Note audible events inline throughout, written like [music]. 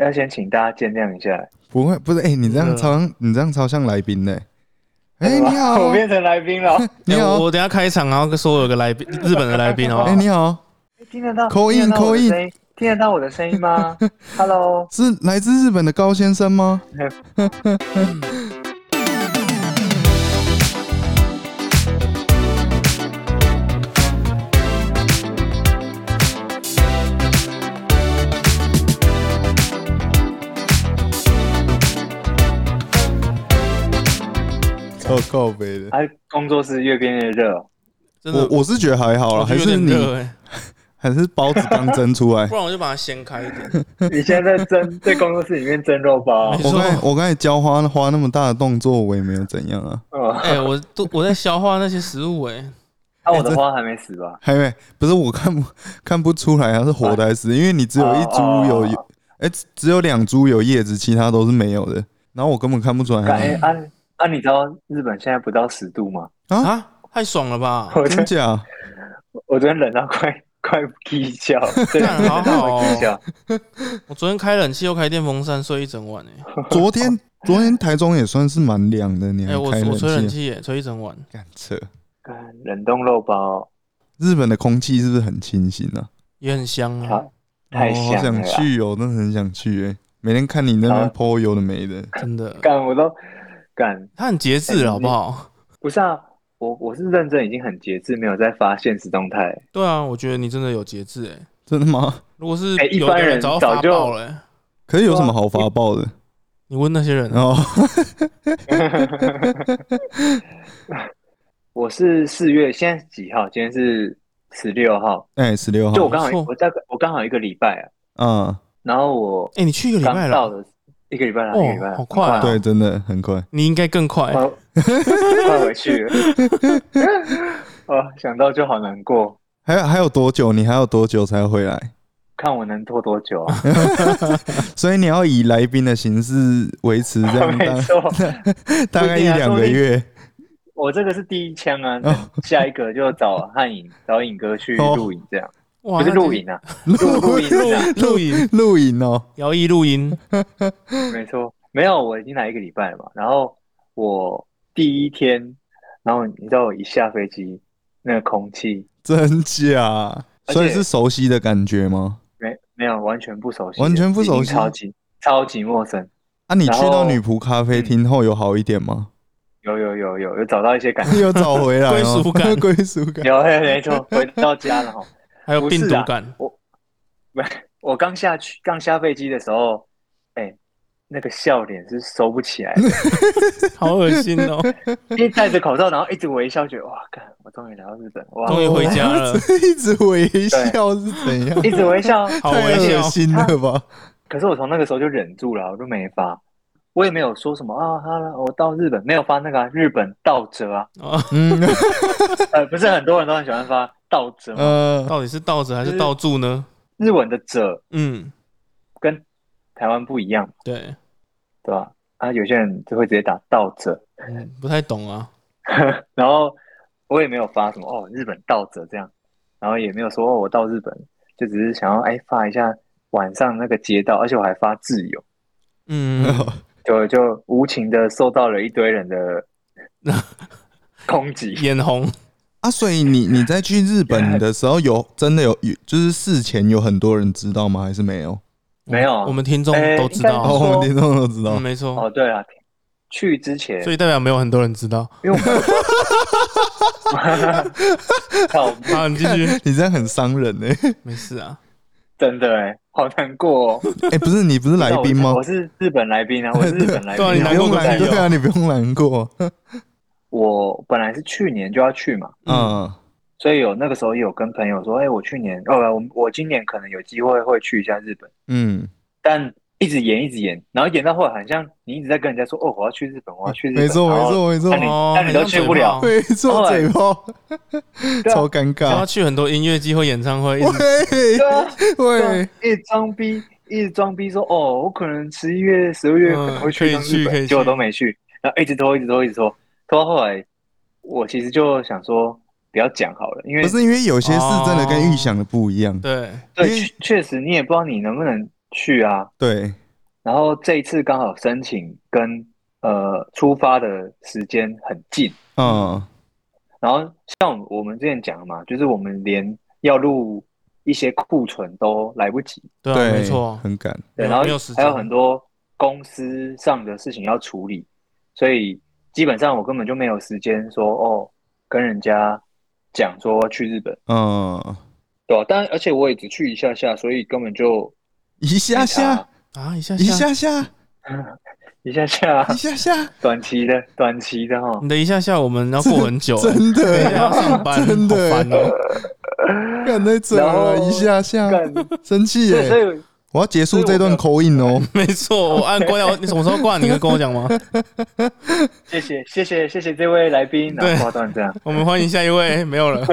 要先请大家见谅一下。不会，不是，哎、你这样嗯超像，你这样超像来 [laughs] 宾呢、哎、你好我，变成来宾 [laughs] 了，你欸我好，我等一下开场，然后说有个来宾，日本的来宾哎、哦，你好，听得到 Call 听 in，得到我 call 的 in 声音听得到我的声音 [laughs] 吗？Hello，是来自日本的高先生吗？ [laughs] 超告白的，啊，工作室越变越热 [laughs] 哦，真的，我我是觉得还好啦，我觉还得有是点你热哎，还是包子刚蒸出来 [laughs] 不。然我就把它掀开一点。你现在在蒸，在工作室里面蒸肉包哦 [laughs] 没，我刚才错我刚才浇花花那么大的动作，我也没有怎样啊，嗯，哎，我都我在消化那些食物哎，啊，我的花还没死吧？还没不是我看不看不出来它是活的还是死的，因为你只有一株哦有哦有，哎、只只有两株有叶子，其他都是没有的。然后我根本看不出来它哎，啊哎啊，你知道日本现在不到十度 [laughs] 吗？啊，太爽了 [laughs] 吧！我真真假？我昨天冷到快快踢 [laughs] 笑，真的冷干好到好快 [laughs] 哦踢笑，我昨天开冷气又开电风扇，睡一整晚哎，昨天昨天台中也算是蛮凉的，你还哎，我嗯开我吹冷冷气？气耶，吹一整晚。干扯！干冷冻肉包日本的空气是不是很清新啊？也很香啊好，太哦香好了啦，想去哦，真的很想去哎、每天看你那边好 po 有的没的，真的，干我都干它很节制了，好不好？不是啊，我我是认真已经很节制，没有在发现实动态。对啊，我觉得你真的有节制哎。真的吗？如果是哎一有般的人早早发就爆了欸，可是有什啊么好发报的？你问那些人啊然后我是四月，现在几号？今天是十六号，哎，十六就我号刚好哦没错我大概我刚好一个礼拜啊，啊，然后我哎、你去一个礼拜刚到了，的一个礼拜了，哦一个礼拜了，好快啊很对，真的很快。你应该更快。 [laughs] 快哦，快快回去了，哦，想到就好难过，还有还有多久？你还有多久才回来？看我能拖多久 [laughs] 啊？所以你要以来宾的形式维持这 [laughs] 样没错，大大概一两个月。我这个是第一枪啊哦，下一个就找汉影找影哥去哦录影，这样哇不是那就录影啊，录录影 [laughs] 这样。录影录影哦，摇曳录音，没错，没有，我已经来一个礼拜了嘛。然后我第一天，然后你知道我一下飞机，那个空气真假？且所以是熟悉的感觉吗？没没有完全不熟悉的，完全不熟悉已经超级超级陌生。啊，你去然后到女仆咖啡厅后有好一点吗？有有有有有找到一些 [laughs] 感觉，有找回来哦归属感 [laughs] 归属感。有有没错，回到家了哈。还有不病是毒啊感， [laughs] 我刚下去，刚下飞机的时候，哎、那个笑脸是收不起 [laughs] 来的，好恶心哦！ [laughs] 因为戴着口罩，然后一直微笑，觉得哇，干，我终于来到日本，哇，哦终于回家了， [laughs] 一直微笑是怎样？一直微笑，好太微恶笑，心了吧！可是我从那个时候就忍住了，我就没发，我也没有说什么啊，哈，我到日本没有发那个啊、日本倒折啊， [laughs] 哦，嗯呃，不是很多人都很喜欢发倒折吗？ [laughs] 呃，到底是倒着还是倒住呢？日文的折嗯，跟台湾不一样，对，对吧？啊，有些人就会直接打倒折，嗯，不太懂啊。然后我也没有发什么哦，日本倒折这样，然后也没有说、哦、我到日本，就只是想要哎发一下晚上那个街道，而且我还发自由， [laughs] 嗯，就就无情的受到了一堆人的攻击。眼红，啊，所以你你在去日本的时候有真的有有就是事前有很多人知道吗？还是没有？没有我们听众哎都知道应哦，该啊，我们听众都知道嗯，。没错哦，，对啊，去之前，所以代表没有很多人知 [laughs] 道。因为 [laughs] 我靠，好，你继续， [laughs] 你这样很伤人呢、欸。 [laughs] 没事啊。真的哎，好难过哦。哎、不是你不是来宾吗我？是日本来宾啊，我是日本来宾对啊啊。你不你难过用个难，屁哦对啊，你不用难过。我本来是去年就要去嘛，嗯，所以有那个时候也有跟朋友说，哎，我去年，哦，我我今年可能有机会会去一下日本，嗯，但一直延一直延，然后延到后来，好像你一直在跟人家说，哦，我要去日本，我要去日本，没错然没后错没错那你哦，那你都去不了很像嘴没错，嘴炮对啊超尴炮想要尬。去很多音乐季或演唱会，一直喂对啊，哎喂，对，一直装逼，一直装逼说哦，我可能十一月、十二月嗯可能会去一趟日可以去可以本，去结果都没去，然后一直拖，一直拖，一直拖，拖到后来，我其实就想说不要讲好了，因为不是因为有些事真哦的跟预想的不一样。对，对，因为确确实你也不知道你能不能去啊，对，然后这一次刚好申请跟呃出发的时间很近，嗯然后像我们之前讲的嘛，就是我们连要录一些库存都来不及，对啊，对，没错，很赶，对，没有然后没有时还间有很多公司上的事情要处理，所以基本上我根本就没有时间说哦跟人家讲说去日本，嗯，对吧、啊但而且我也只去一下下，所以根本就一下没差下，啊，一哎下一一下下下，下 [laughs] 一下下，短期的短期的哈，你的一下下，我们要过很久，真等一下的要上班，真的好烦哦。干太扯了，然后一下嗯下，干生气对，所耶！以我要结束这段口音哦，没错，我按挂掉，你什么时候挂？你可以跟我讲 [laughs] 吗？谢谢谢谢谢谢这位来宾，对然后挂断这样。我们欢迎下一位，没有了。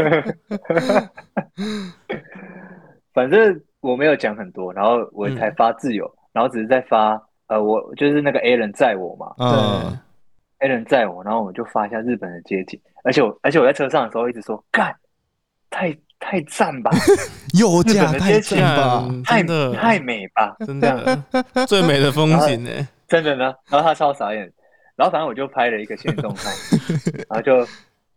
反正我没有讲很多，然后嗯我才发自由，然后只是在发呃，我就是那个 A 人载我哦嘛嗯， ，A 人载我，然后我们就发一下日本的街景，而且我而且我在车上的时候一直说干，太太赞 [laughs] 吧，右驾日本的太街景正吧，太真的太美吧， [laughs] 真的最美的风景欸呢，真的呢。然后他超傻眼，然后反正我就拍了一个现实动态， [laughs] 然后就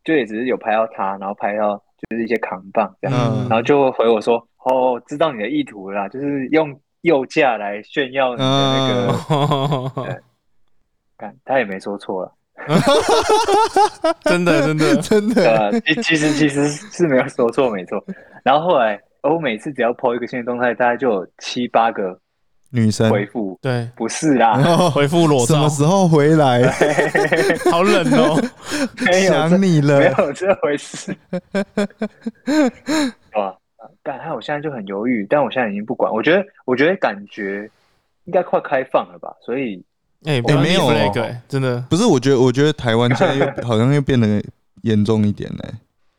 就也只是有拍到他，然后拍到就是一些扛棒这样，嗯 [laughs] 然后就回我说哦，知道你的意图了啦，就是用右驾来炫耀你的那个。嗯干，他也没说错了， [laughs] 真的真的，真对的，吧？其其实其实是没有说错，没错。然后后来，我每次只要 PO 一个新的动态，大概就有七八个女生，回复，对，不是啦，然后 [laughs] 回复裸什照么，时候回来？ [laughs] 好冷哦。 [laughs] 没有这想你没了，有这回事，哇！干，他我现在就很犹豫，但我现在已经不管。我觉得，我觉得感觉应该快开放了吧，所以哎，不要没有哦 flag，哎真的。不是？我觉得，我觉得台湾现在又好像又变得严重一点嘞。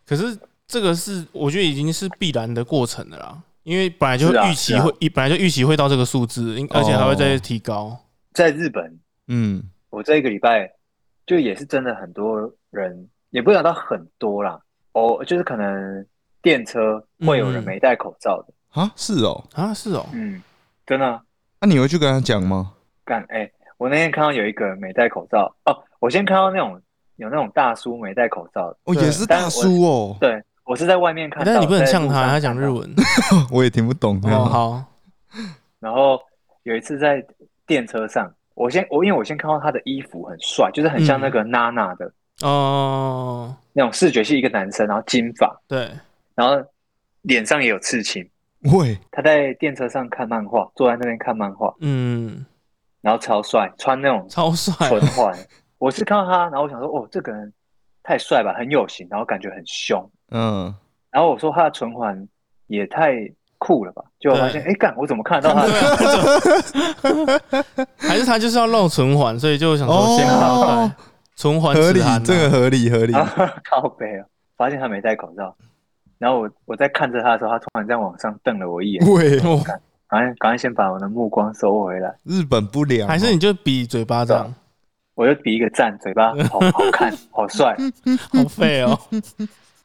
可是这个是我觉得已经是必然的过程了啦，因为本来就是啊预期是啊会，一本来就预期会到这个数字，应而且哦还会再提高。在日本，嗯，我这一个礼拜就也是真的很多人，也不讲到很多啦，哦，就是可能电车会有人嗯没戴口罩的，啊，是哦。啊，是哦，嗯，真的啊那你会去跟他讲吗？干哎、我那天看到有一个人没戴口罩哦，我先看到那种有那种大叔没戴口罩的，哦，对也是大叔哦，对我是在外面看到，但是你不能在路呛他，上他讲看日到。文。 [clears throat] 我也听不懂。哦，好，然后有一次在电车上，我先我因为我先看到他的衣服很帅，就是很嗯像那个娜娜的、哦，那种视觉系一个男生，然后金发，对，然后脸上也有刺青。喂，他在电车上看漫画，坐在那边看漫画，嗯，然后超帅，穿那种超帅唇环。我是看到他，然后我想说，哦，这个人太帅吧，很有型，然后感觉很凶。嗯，然后我说他的唇环也太酷了吧，结果发现，哎，干，我怎么看得到他？ [laughs] [laughs] 还是他就是要露唇环，所以就想说先卡哦带，唇环合止理汗啊，这个合理合理。啊，靠背啊，发现他没戴口罩。然后我我在看着他的时候，他突然在往上瞪了我一眼， [laughs] 喂，哦，赶快赶快先把我的目光收回来，日本不良哦，还是你就比嘴巴这样，我就比一个赞，嘴巴好好看，好帅。嗯好废哦，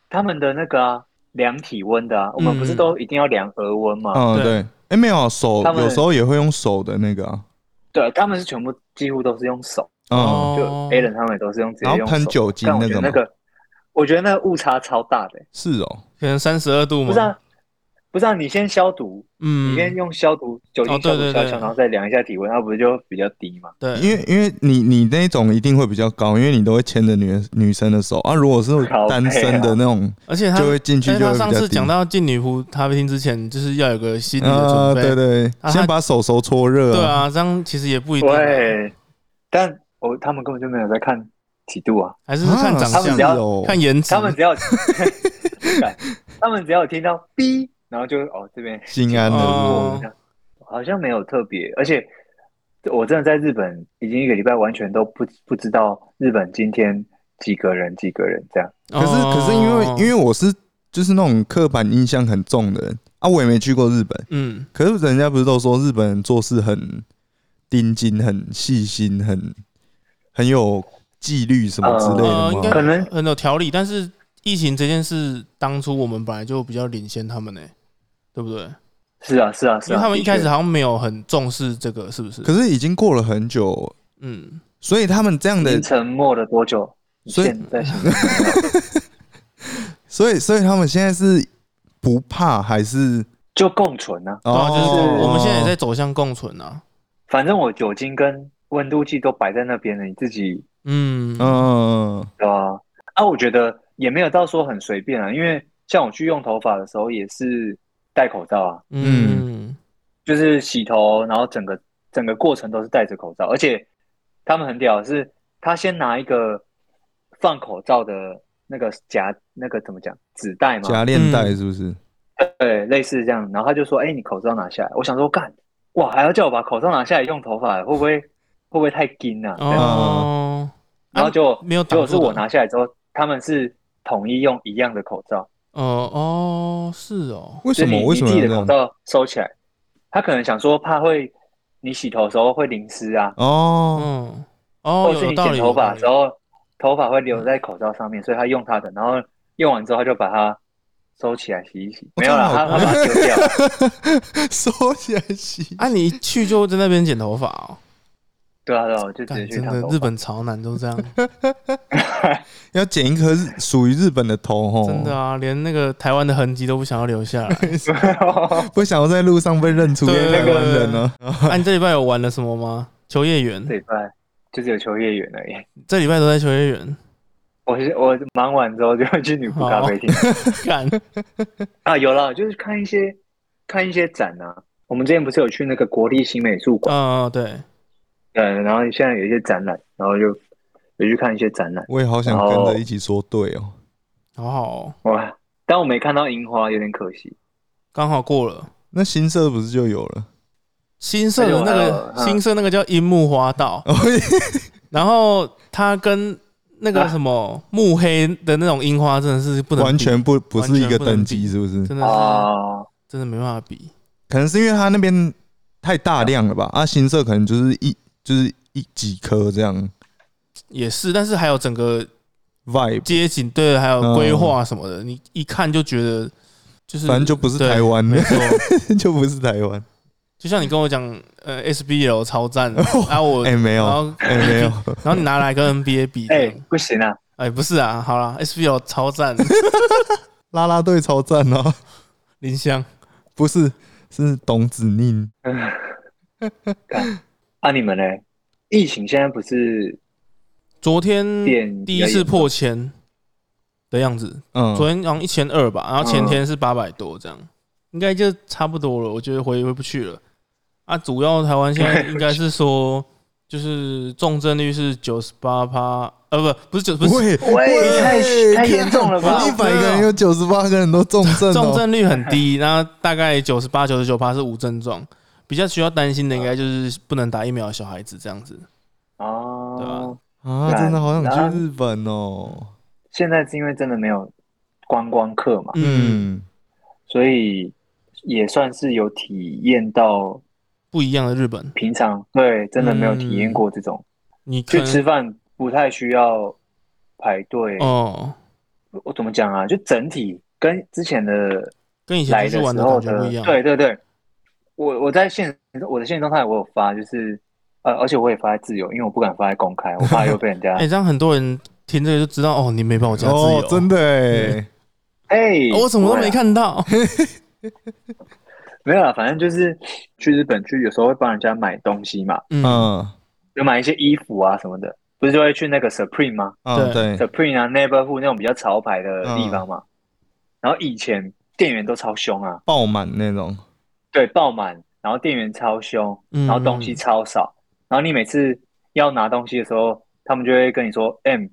他们的那个啊，量体温的啊，我们不是都一定要量额温吗？嗯对对，哎没有手，啊他们有时候也会用手的那个啊，对，他们是全部几乎都是用手，嗯，就哦， a l a n 他们也都是用直接然后用手。喷酒精但我那觉个得嘛那，个，我觉得那个误差超大的欸、是哦，可能三十二度不是嘛啊，，不是啊，你先消毒，嗯你，先用消毒酒哦精对消毒对消对消，然后再量一下体温，它不是就比较低嘛？对，因为因为你你那种一定会比较高，因为你都会牵着女女生的手啊，如果是靠背啊单身的那种，而且他就会进去但是就会他比较啊上低次讲到进女仆咖啡厅之前，就是要有个心理啊，的对准备，对啊，先他把手手搓热，对，啊，这样其实也不一定啊，对，但我他们根本就没有在看几度啊，还是看长他们相只，要哦，看颜值他，们只 [laughs] 要， [laughs] 他们只要有听到“哔”，然后就哦这边心安了，哦我好像没有特别，而且我真的在日本已经一个礼拜，完全都不不知道日本今天几个人几个人这样。哦可是可是因为因为为我是就是那种刻板印象很重的人啊，我也没去过日本，嗯，可是人家不是都说日本人做事很盯紧、很细心、很很有纪律什么之类呃，应该的可吗？能很有条理，但是疫情这件事，当初我们本来就比较领先他们呢、对不对？是啊，是啊，是因啊。为他们一的确开始好像没有很重视这个，是不是？可是已经过了很久，嗯，所以他们这样的您，沉默了多久？所以现在想，所以所以他们现在是不怕还是？ [laughs] 就共存啊。对啊，就是哦我们现在也在走向共存啊。反正我酒精跟温度计都摆在那边了，你自己嗯嗯嗯，嗯对吧、啊？我觉得也没有到说很随便啊，因为像我去用头发的时候也是戴口罩啊，嗯就是洗头，然后整个整个过程都是戴着口罩，而且他们很屌的是，他先拿一个放口罩的那个夹那个怎么讲纸袋嘛，夹链带是不嗯是？对，类似这样，然后他就说：“哎、你口罩拿下来。”我想说，干，哇，还要叫我把口罩拿下来用头发，会不会会不会太紧啊？这样哦，然后就、啊哦没有结挡果住是的我拿下来之后，他们是统一用一样的口罩，哦哦，是哦，为就什是么？你为你什么自己的要口这样？罩收起来，他可能想说怕会你洗头的时候会淋湿啊，哦， [laughs] 嗯，或哦，者是有你道剪理。头发的时有道候头发会留在口罩上面，所以他用他的，然后用完之后他就把它收起来洗一洗，哦没有啦，这他样好他把它丢 [laughs] 掉了。收起来洗理。啊，你一去就在那边剪头发哦，对啊，对啊，我 [laughs] 就直接干去真烫的头，发日本潮男都这样，要剪一颗日属于日本的头哦，真的啊，连那个台湾的痕迹都不想要留下来。不想要在路上被认出对台湾人呢。 [laughs] 啊，你这礼拜有玩了什么吗？球业园，这礼拜就只有秋叶原而已。这礼拜都在球业 [laughs] 园我是我忙完之后就会去女哦仆咖啡厅干。啊，有了，就是看一些看一些展啊。我们之前不是有去那个国立新美术馆，嗯，对，对，然后现在有一些展览，然后就有去看一些展览。我也好想跟着一起说对哦。好好哦，哇，但我没看到樱花，有点可惜。刚好过了。那新社不是就有了？ [laughs] 新社的而那且我个还有嗯新社那个叫樱木花道，哦，然后他跟那个什啊么木黑的那种樱花真的是不能比完全不不是一完全个不能等级，比是不是？真的是哦，真的没办法比。可能是因为它那边太大量了吧？啊，新社可能就是一就是一几颗这样也是，但是还有整个 vibe，街景，对，还有嗯规划什么的，你一看就觉得就是反正就不是对台湾没错。 [laughs] 就不是台湾。就像你跟我讲，呃，SBL 超 [laughs] 赞，然后我哎，没然有，后哎，没 [laughs] 有，然后你拿来跟 NBA 比，哎、哎不行啊，哎，不是啊，好啦 s b l 超赞，啦啦队超赞哦，林香不是是董子宁。啊你们呢？疫情现在不是昨天变第一次破千的样子，嗯，昨天好像一千二吧，然后前天是八百多这样，应该就差不多了。我觉得回回不去了。啊，主要台湾现在应该是说，就是重症率是九十八趴，呃，不，不是九，不是喂喂太太严重了吧啊一百个人有九十八个人都重症、哦，重症率很低， [laughs] 然后大概九十八、九十九趴是无症状。比较需要担心的应该就是不能打疫苗的小孩子这样子。哦，对啊啊！真的好想去日本哦。现在是因为真的没有观光客嘛，嗯，嗯，所以也算是有体验到不一样的日本，平常对真的没有体验嗯过这种。你可去吃能饭不太需要排队。哦，我怎么讲啊？就整体跟之前的跟以前来出去时玩的候感觉不的一，样。对对对。我我在现我的现实动态我有发，就是呃，而且我也发在自由，因为我不敢发在公开，我怕又被人家 [laughs] 哎、这样很多人听这个就知道哦，你没把我加自由，哦，真的哎，哎、哦我什么不都会没啦，看到。啊没有啦，反正就是去日本去，有时候会帮人家买东西嘛，嗯，嗯就买一些衣服啊什么的，不是就会去那个 Supreme 吗？嗯，对对， Supreme 啊 Neighborhood 那种比较潮牌的嗯地方嘛。然后以前店员都超凶啊，爆满那种。对，爆满，然后店员超凶，嗯然后东西超少，然后你每次要拿东西的时候，他们就会跟你说 M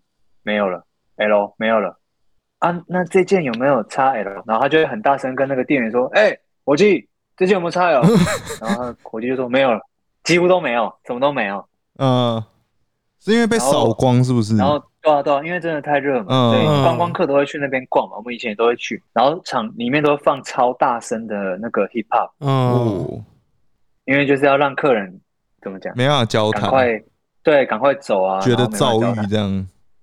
没有了，L 没有了，啊，那这件有没有 XL？然后他就会很大声跟那个店员说，哎、伙计，这件有没有 [laughs] XL？然后他伙计就说没有了，几乎都没有，什么都没有。嗯，是因为被扫光是不是？然后对啊对啊，因为真的太热门，嗯所以嗯观光客都会去那边逛嘛。我们以前也都会去，然后场里面都会放超大声的那个 hip hop，嗯，哦，因为就是要让客人怎么讲，没办法交赶谈，快对，赶快走啊，觉得然后遭没办法交遇谈。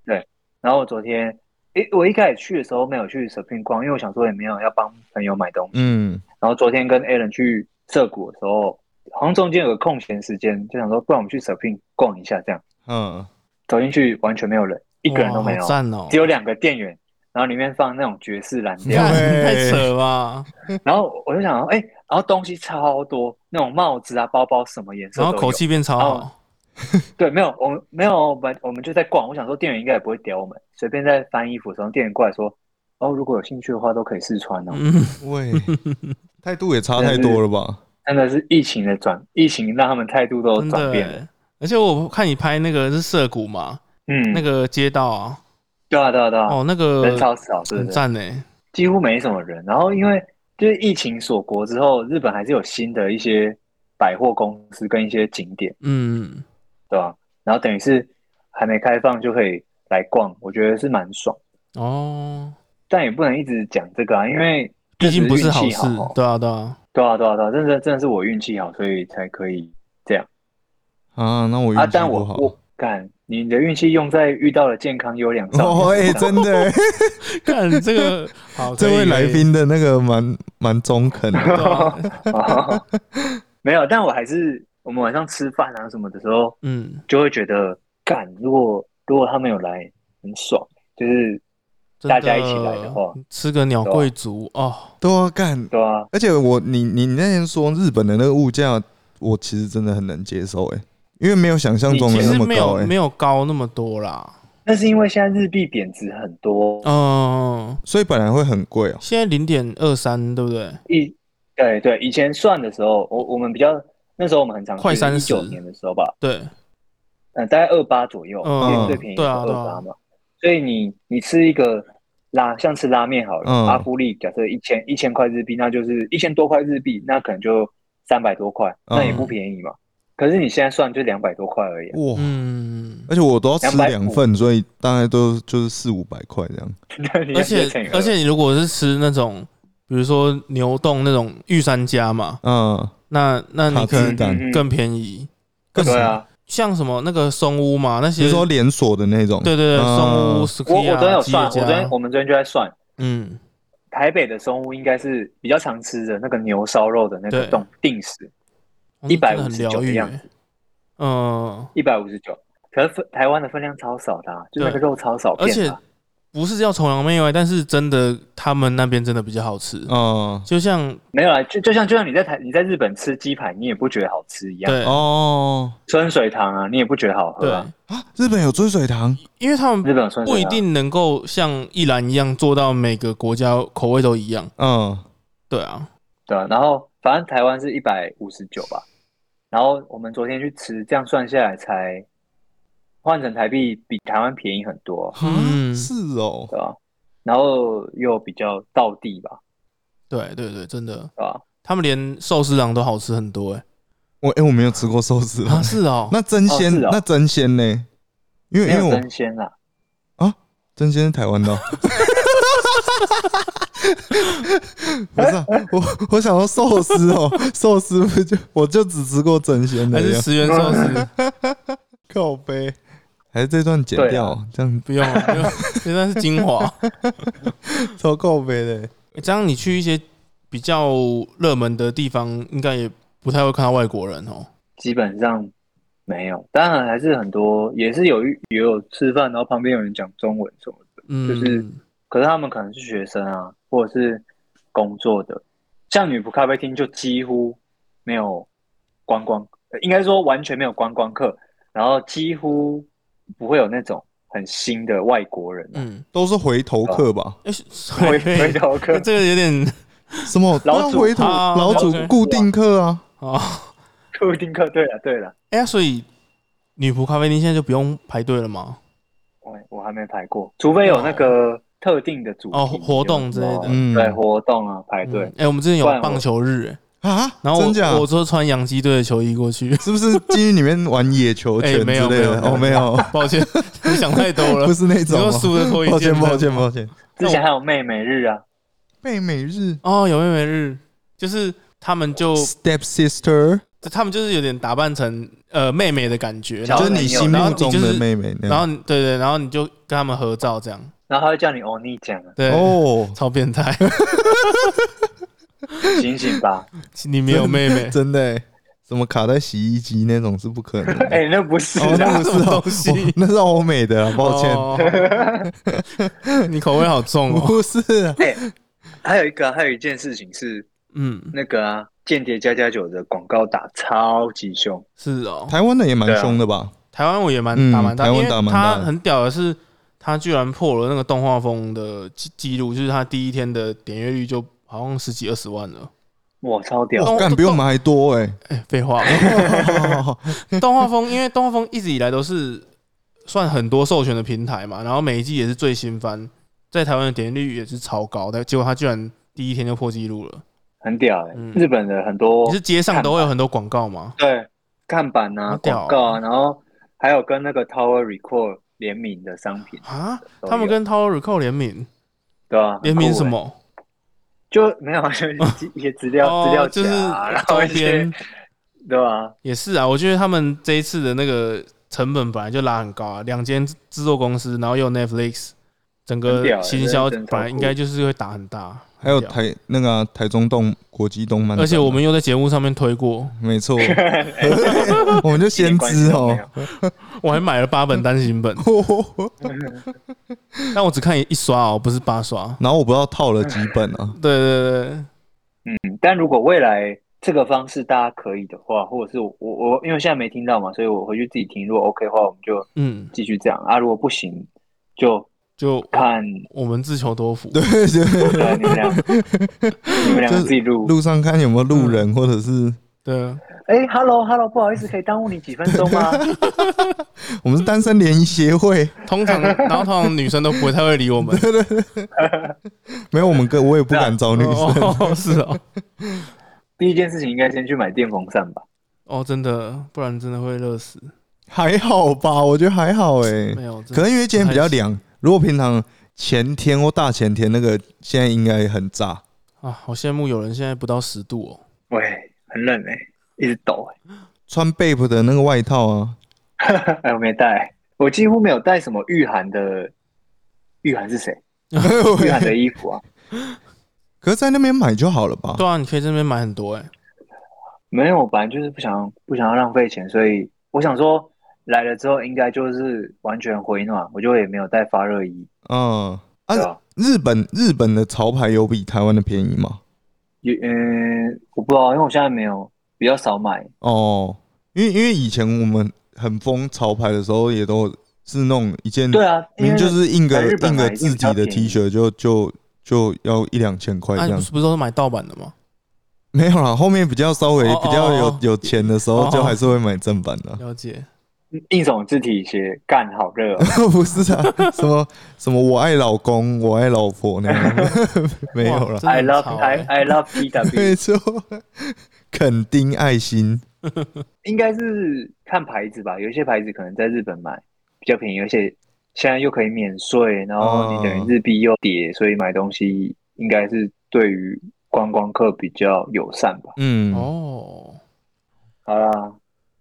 这样。然后我昨天，诶、我一开始去的时候没有去 Supreme 逛，因为我想说也没有要帮朋友买东西，嗯，然然后昨天跟 Alan 去涩谷的时候，好像中间有个空闲时间，就想说，不然我们去 Shopping 逛一下，这样嗯，走进去完全没有人，一个人都没哇好有，赞哦！只有两个店员，然后里面放那种爵士蓝调干，对太扯了吧！然后我就想说，哎、然后东西超多，那种帽子啊、包包什么颜色然都有。后口气变超哦好，对，没有，我们没有，我们我们就在逛。我想说，店员应该也不会屌我们，随便在翻衣服的时候，店员过来说，哦，如果有兴趣的话，都可以试穿哦。嗯，喂， [laughs] 态度也差太多了吧？真的是疫情的转，疫情让他们态度都真转的变了。欸。而且我看你拍那个是涩谷嘛，嗯，那个街道啊，对啊，对啊，对啊，哦，那个人超少，对很不对？赞呢。几乎没什么人。然后因为就是疫情锁国之后，日本还是有新的一些百货公司跟一些景点，嗯，对吧、然后等于是还没开放就可以来逛，我觉得是蛮爽。哦，但也不能一直讲这个啊，因为毕竟不是这只好运事气好哦，对啊，对 [laughs] 啊。对啊，对啊，对啊，真的真的是我运气好，所以才可以这样啊，那我运啊。气但不我好。我干，你的运气用在遇到了健康优良少 [laughs] 哦，年 [laughs] 哎，身上，真的，看这个好，这可以位来，宾的那个蛮蛮 [laughs] 中肯的。可以对啊哦 [laughs] 没有，但我还是我们晚上吃饭啊什么的时候，嗯，就会觉得干，如果如果他们有来，很爽，就是真大家一起来的话，吃个鸟贵族哦，对啊，干，对啊，而且我你你你那天说日本的那个物价，我其实真的很能接受哎、因为没有想象中你的其没那实么没高有欸哎、没有高那么多啦。那是因为现在日币贬值很哦多，嗯，所以本来会很贵哦、现在零点二三，对不对？一对对，以前算的时候，我我们比较那时候我们很常去快30一九年的时候吧，对，嗯，大概二八左右，嗯因为最便宜对二啊对啊八嘛。所以你你吃一个拉，像吃拉面好了，嗯阿芙丽假设一千一千块日币，那就是一千多块日币，那可能就三百多块，嗯那也不便宜嘛。可是你现在算就两百多块而已啊，哇！嗯，而且我都要吃250两份，所以大概都就是四五百块这样。那 [laughs] 你嗯而要直接且乘以二而且你如果是吃那种，比如说牛冻那种御三家嘛，嗯，那那你卡可兹能蛋，嗯更便宜。更对啊，像什么那个松屋嘛，那比些如说连锁的那种。对对对，嗯松屋、s k 啊我我 i 昨天有啊、吉算，野我昨天家，我们昨天就在算，嗯，台北的松屋应该是比较常吃的那个牛烧肉的那个对冻定时哦那真的159很疗的愈样欸。嗯，一百五十九，可是分台湾的分量超少的、啊，就那个对肉超少而片且的啊、不是要崇洋媚外，但是真的他们那边真的比较好吃。嗯，就像没有啊，就就像就像你在台你在日本吃鸡排，你也不觉得好吃一样。对哦春水堂啊，你也不觉得好喝对啊。，啊，日本有追水堂因为他日们本有春水不堂一定能够像一兰一样做到每个国家口味都一样。嗯，对啊，对啊，然后反正台湾是一百五十九吧，然后我们昨天去吃，这样算下来才换成台币比台湾便宜很多，嗯啊是哦，对吧、然后又比较道地吧，对对对，真的，对吧、他们连寿司郎都好吃很多哎、 [laughs] 我哎、我没有吃过寿司啊郎，是哦，那真哦鲜是哦那真鲜呢？因为没因为有我真鲜啊啦，真仙是台湾的哦、 [laughs] 不是、啊、我，我想要寿司哦，寿司不就我就只吃过真仙还的是呀，十元 [laughs] 寿司，靠背，还是这段剪对啊掉，这样不用了，不用这算是精华。超靠背的。欸这样你去一些比较热门的地方，应该也不太会看到外国人哦。基本上没有。当然还是很多，也是有一也有吃饭，然后旁边有人讲中文什么的。嗯，就是可是他们可能是学生啊，或者是工作的，像女仆咖啡厅就几乎没有观光，呃应该说完全没有观光客，然后几乎不会有那种很新的外国人、啊， [laughs] 嗯，都是回头客吧？哎、回 [laughs] 回，回头客这个有点什么老当祖回头啊老祖老祖固定客啊？哦。固定客。对了对了，哎、呀，所以女仆咖啡厅现在就不用排队了吗？我我还没排过，除非有那个特定的主题哦活动之类的嗯，对嗯活动啊排队嗯，哎、我们之前有不然我棒球日、哎，啊，然后真假，我？我说穿洋基队的球衣过去 [laughs] 是不是监狱里面玩野球哎拳之没有类的？没有哦，没有，抱歉， [laughs] 你想太多 [laughs] 了不。是那你种说哦。输的脱一抱件歉，抱歉，抱歉。之前还有妹妹日啊，妹妹日哦，有妹妹日，就是他们就，Step Sister。他们就是有点打扮成呃妹妹的感觉，然就后是你心目中的妹妹那然后样。你对对，然后你就跟他们合照这样， [laughs] 然后他会叫你欧尼酱啊，对，哦，，超变态。醒醒吧！你没有妹妹真的欸、什么卡在洗衣机那种是不可能的。哎、那不是哦，那啊，不什是么哦东西哦哦那是欧美的啊，抱歉，歉， [laughs] 你口味好重哦。不是啊。哎、还有一个啊、还有一件事情是嗯，那个啊，《间谍加加酒》的广告打超级凶，是哦，台湾的也蛮对啊凶的吧？台湾我也蛮嗯打蛮大，台因湾为打蛮他大的很屌的是，他居然破了那个动画风的记记录，就是他第一天的点阅率就好像十几二十万了。哇，超屌！哦哇，干这比我们还多哎、哎、废话， [laughs] 动画风，因为动画风一直以来都是算很多授权的平台嘛，然后每一季也是最新番，在台湾的点阅率也是超高的，结果他居然第一天就破纪录了。很屌哎、嗯日本的很多你是街上都会有很多广告吗？对看板啊、好屌哦广告啊，然后还有跟那个 Tower Record 联名的商品，啊，都有他们跟 Tower Record 联名，对吧、啊？联名很酷什欸？么？就没有 [laughs] 啊，就是一些资料、资料哦，夹就是啊，然后周一些边对吧、啊？也是啊。我觉得他们这一次的那个成本本来就拉很高啊，两间制作公司，然后又有 Netflix，整很屌欸个行销真的真的本来超应酷该就是会打很大。 [laughs] 还有很屌台那个啊、台中动国际动漫展啊，而且我们又在节目上面推过，没 [laughs] 错， [laughs] 我们就先知一点关系哦都。没有我还买了八本单 [laughs] 行本，但我只看一刷哦，不是八刷。然后我不知道套了几本啊， [laughs] 对对对，嗯，但如果未来这个方式大家可以的话，或者是我我我，因为现在没听到嘛，所以我回去自己听。如果 OK 的话，我们就嗯，继续这样啊；如果不行，就就看我们自求多福。对对，对啊你们俩，你们两个自己录。路上看有没有路人，嗯或者是对，哎，Hello Hello，不好意思，可以耽误你几分钟吗？我们是单身联谊协会，通 [laughs] 常然后通常女生都不太会理我们。没有我们哥，我也不敢找女生。哦， [laughs] 是哦，第一件事情应该先去买电风扇吧。哦，真的，不然真的会热死。还好吧，我觉得还好哎、没有，真的可能因为今天比较凉。如果平常前天或大前天那个，现在应该很炸。啊，好羡慕有人现在不到十度哦。喂，很冷哎、一直抖穿 Bape 的那个外套 [laughs] 啊， [laughs] 哎、哎，我没带，我几乎没有带什么御寒的。御寒是谁？御寒的衣服啊？可是在那边买就好了吧？对啊，你可以这边买很多哎。没有，我本来就是不想不想要浪费钱，所以我想说来了之后应该就是完全回暖，我就也没有带发热衣，嗯对啊，吧？日本日本的潮牌有比台湾的便宜吗？也嗯，我不知道，因为我现在没有比较少买，哦，因为因为以前我们很疯潮牌的时候，也都是那种一件，对啊，因嗯明为明就是印在个日本印买个一定自比较己的便宜 T 恤就就就要一两千块啊，这你不样是。不是都是买盗版的吗？没有啦，后面比较稍微哦哦比较有哦有钱的时哦候，哦就还是会买正版的。 [laughs] 了解。印种字体鞋，干好热、哦，不是啊，什么什么我爱老公，我爱老婆那样， [laughs] 没有哇了，真的 I 很 love 潮 I 欸哎 I love [laughs] TW，没错，肯定爱心。应该是看牌子吧，有一些牌子可能在日本买比较便宜，而且现在又可以免税，然后你等哦于日币又跌，所以买东西应该是对于观光客比较友善吧。嗯，哦，好啦，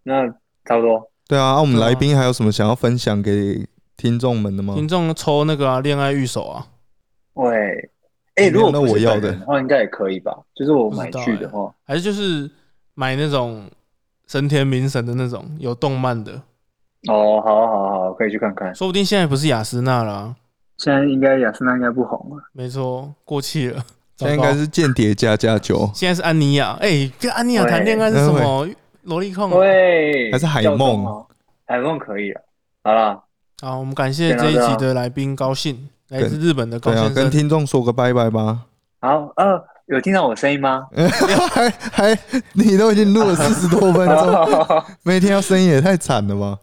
那差不多。对啊，啊我们对啊来宾还有什么想要分享给听众们的吗？听众抽那个啊，恋爱御守啊，喂，哎、没有如果嗯那不是我要本的人的话，应该也可以吧？就是我不知买道去哎的欸话，还是就是买那种神田明神的那种有动漫的，哦，好啊好啊好啊，可以去看看。说不定现在不是雅诗娜啦、现在应该雅诗娜应该不红了。没错，过气了。 [laughs] 现在应该是间谍加加酒，现在是安妮亚，哎、跟安妮亚喂谈恋爱是什么？萝莉控、啊。喂，还是海叫梦中哦海梦可以了。啊好啦，好，我们感谢啊这一集的来宾高兴，来自日本的高对啊，先跟生。听众说个拜拜吧。 [laughs] 好，呃，有听到我声音吗？哎还还，你都已经录了四十 [laughs] 多分 [laughs] 钟，每天要声音也太惨了吧？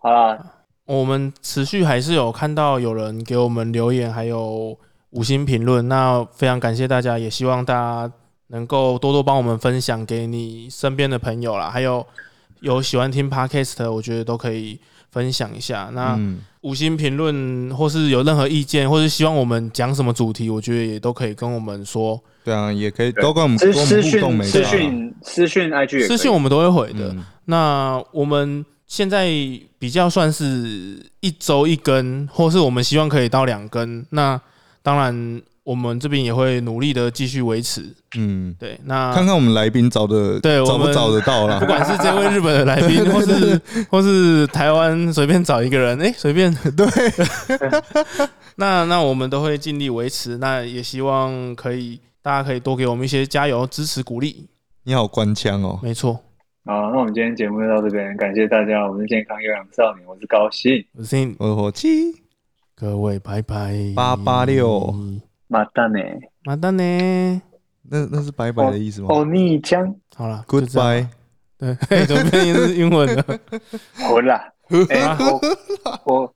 好啦，我们持续还是有看到有人给我们留言，还有五星评论，那非常感谢大家，也希望大家能够多多帮我们分享给你身边的朋友啦，还有有喜欢听 podcast，的我觉得都可以分享一下。那、嗯，五星评论，或是有任何意见，或是希望我们讲什么主题，我觉得也都可以跟我们说，对啊，也可以对都跟我们跟私我私们互动讯没私差啊。讯私讯 IG 也可私以信我们都会回的。嗯那我们现在比较算是一周一根，或是我们希望可以到两根。那当然，我们这边也会努力的继续维持。嗯，对，那看看我们来宾找的，啊对找我不们找得到啦不。管是这位日本的来 [laughs] 宾，或是或是台湾随便找一个人，哎、随 [laughs] 便对。 [laughs] 那那我们都会尽力维持，那也希望可以大家可以多给我们一些加油、支持、鼓励。你好官腔 [laughs] 哦，没错，好，那我们今天节目就到这边，感谢大家，我们是健康优良少年，我是高兴，我是 Tim，我的火鸡。各位拜拜， 886马蛋呢？马丹呢？那那是拜拜的意思吗哦，你将好了就这样？Goodbye， [laughs] 对，怎么变成是英文了？好啦，哎、我我